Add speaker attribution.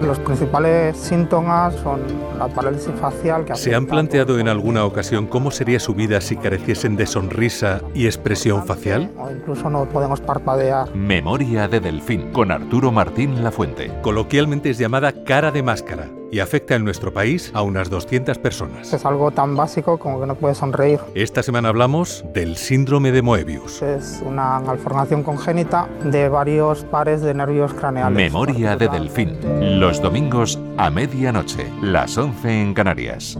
Speaker 1: Los principales síntomas son la parálisis facial que
Speaker 2: ¿Se han planteado en alguna ocasión cómo sería su vida si careciesen de sonrisa y expresión facial?
Speaker 1: O incluso no podemos parpadear.
Speaker 3: Memoria de Delfín con Arturo Martín Lafuente.
Speaker 2: Coloquialmente es llamada cara de máscara y afecta en nuestro país a unas 200 personas.
Speaker 1: Es algo tan básico como que no puedes sonreír.
Speaker 2: Esta semana hablamos del síndrome de Moebius.
Speaker 1: Es una malformación congénita de varios pares de nervios craneales.
Speaker 3: Memoria de Delfín. Los domingos a medianoche, las 11 en Canarias.